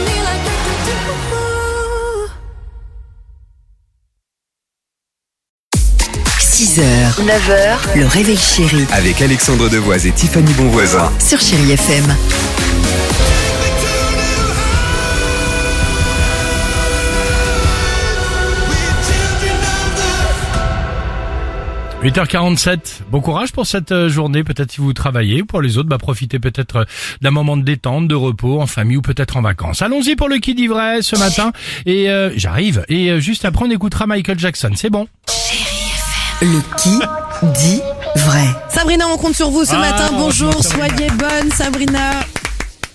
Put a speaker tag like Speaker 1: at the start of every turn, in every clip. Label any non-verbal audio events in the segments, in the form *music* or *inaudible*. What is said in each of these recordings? Speaker 1: me like we could do. Ooh.
Speaker 2: 6h, 9h, le réveil chéri
Speaker 3: Avec Alexandre Devoise et Tiffany Bonvoisin.
Speaker 2: sur Chérie FM.
Speaker 4: Children of
Speaker 5: 8h47, bon courage pour cette euh, journée, peut-être si vous travaillez, ou pour les autres, bah, profitez peut-être euh, d'un moment de détente, de repos, en famille ou peut-être en vacances. Allons-y pour le qui dit vrai ce matin, et euh, j'arrive, et euh, juste après on écoutera Michael Jackson, c'est bon
Speaker 2: Le qui dit vrai.
Speaker 6: Sabrina, on compte sur vous ce
Speaker 5: Ah,
Speaker 6: matin.
Speaker 5: bonjour,
Speaker 6: Bonjour,
Speaker 5: Sabrina.
Speaker 6: soyez bonne, Sabrina.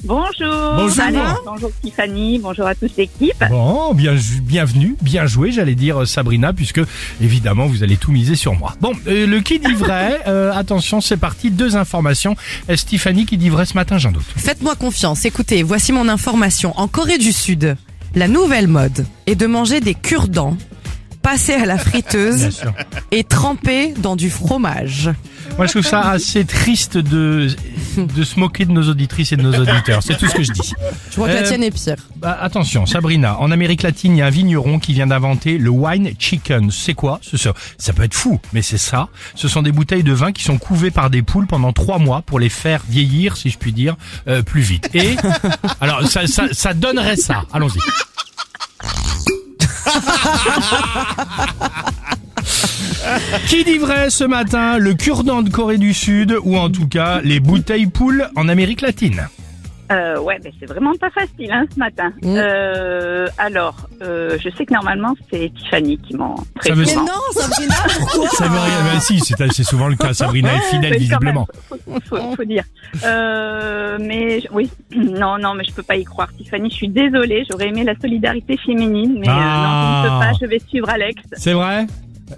Speaker 7: Bonjour.
Speaker 5: Bonjour.
Speaker 7: Alex, bonjour Tiffany, bonjour à toute l'équipe.
Speaker 5: Bon, bien, ju- bienvenue, bien joué, j'allais dire euh, Sabrina, puisque évidemment vous allez tout miser sur moi. Bon, euh, le qui dit vrai, euh, attention c'est parti, deux informations, Euh, Stéphanie qui dit vrai ce matin, j'en doute.
Speaker 6: Faites-moi confiance. Écoutez, voici mon information. En Corée du Sud, la nouvelle mode est de manger des cure-dents passés à la
Speaker 5: Bien *laughs*
Speaker 6: friteuse
Speaker 5: sûr.
Speaker 6: et trempés dans du fromage.
Speaker 5: Moi, je trouve ça assez triste de, de se moquer de nos auditrices et de nos auditeurs. C'est tout ce que je dis.
Speaker 6: Je crois que la
Speaker 5: Euh,
Speaker 6: tienne est pire.
Speaker 5: Bah, attention, Sabrina, en Amérique latine, il y a un vigneron qui vient d'inventer le wine chicken. C'est quoi ce ça, ça peut être fou, mais c'est ça. Ce sont des bouteilles de vin qui sont couvées par des poules pendant trois mois pour les faire vieillir, si je puis dire, euh, plus vite. Et alors, ça, ça, ça donnerait ça. Allons-y. Qui dit vrai ce matin Le cure-dent de Corée du Sud ou en tout cas les bouteilles poules en Amérique latine
Speaker 7: Euh, ouais, mais c'est vraiment pas facile hein, ce matin.
Speaker 6: Mm.
Speaker 7: Euh, alors, euh, je sais que normalement c'est Tiffany qui m'en
Speaker 5: Ça veut-
Speaker 7: prévient.
Speaker 6: Mais non, Sabrina, pourquoi
Speaker 5: Ça veut rien. mais si, c'est c'est souvent le cas. Sabrina est fidèle,
Speaker 7: Mais quand
Speaker 5: visiblement.
Speaker 7: même, faut, faut- faut dire. Euh, mais je- oui, *clears throat* non, non, mais je peux pas y croire, Tiffany. Je suis désolée. J'aurais aimé la solidarité féminine, mais euh,
Speaker 5: Ah.
Speaker 7: non, je ne peux pas. Je vais suivre Alex.
Speaker 5: C'est vrai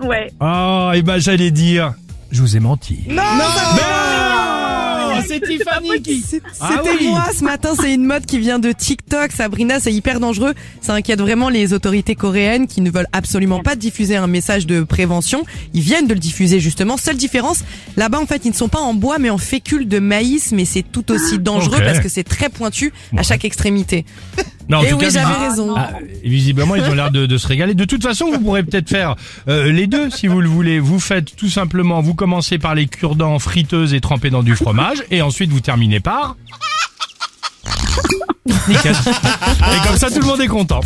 Speaker 7: Ouais.
Speaker 5: Ah, et ben j'allais dire, je vous ai menti. Non,
Speaker 7: non,
Speaker 5: C'est
Speaker 7: c'est pas
Speaker 5: Tiffany qui...
Speaker 6: C'est-
Speaker 5: Ah
Speaker 6: C'était
Speaker 5: oui.
Speaker 6: moi ce matin, c'est une mode qui vient de TikTok. Sabrina, c'est hyper dangereux. Ça inquiète vraiment les autorités coréennes qui ne veulent absolument pas diffuser un message de prévention. Ils viennent de le diffuser justement. Seule différence, là-bas en fait, ils ne sont pas en bois mais en fécule de maïs, mais c'est tout aussi dangereux
Speaker 5: Ah. Ok.
Speaker 6: parce que c'est très pointu
Speaker 5: Ouais.
Speaker 6: à chaque extrémité.
Speaker 5: Non, en
Speaker 6: Et
Speaker 5: tout
Speaker 6: oui,
Speaker 5: cas,
Speaker 6: j'avais
Speaker 5: vis-
Speaker 6: raison.
Speaker 5: ah, visiblement, ils ont l'air de, de se régaler. De toute façon, vous pourrez peut-être faire euh, les deux si vous le voulez. Vous faites tout simplement, vous commencez par les cure-dents friteuses et trempées dans du fromage, et ensuite vous
Speaker 6: *laughs*
Speaker 5: terminez par... Nickel. Et comme ça, tout le monde est content.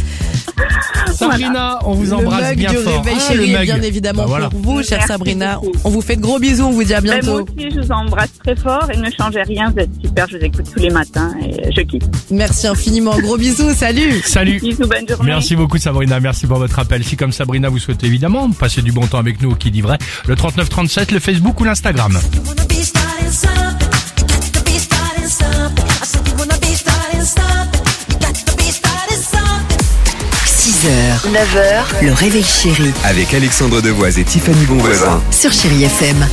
Speaker 5: Sabrina, on vous embrasse
Speaker 6: le mug
Speaker 5: bien
Speaker 6: du
Speaker 5: fort.
Speaker 6: réveil
Speaker 5: Ah,
Speaker 6: chéri
Speaker 5: le
Speaker 6: est
Speaker 5: mug.
Speaker 6: bien évidemment
Speaker 5: Bah voilà.
Speaker 6: pour vous, chère
Speaker 7: Merci
Speaker 6: Sabrina.
Speaker 7: beaucoup.
Speaker 6: On vous fait de gros bisous, on vous dit à
Speaker 7: Ben, moi
Speaker 6: bientôt.
Speaker 7: aussi, je vous embrasse très fort et ne changez rien. Vous êtes super. Je vous écoute tous les matins et je kiffe.
Speaker 6: Merci infiniment, gros bisous, salut.
Speaker 5: Salut
Speaker 7: Bisous, bonne journée.
Speaker 5: Merci beaucoup Sabrina, merci pour votre appel. Si comme Sabrina vous souhaitez évidemment passer du bon temps avec nous au qui dit vrai, le 3937, le Facebook ou l'Instagram.
Speaker 8: You wanna be starting something. You got to be starting something. I said you wanna be starting something. You got to be starting something.
Speaker 2: 6h, 9h, le réveil chéri
Speaker 3: Avec Alexandre Devoise et Tiffany Bonvoisin.
Speaker 2: sur Chérie FM.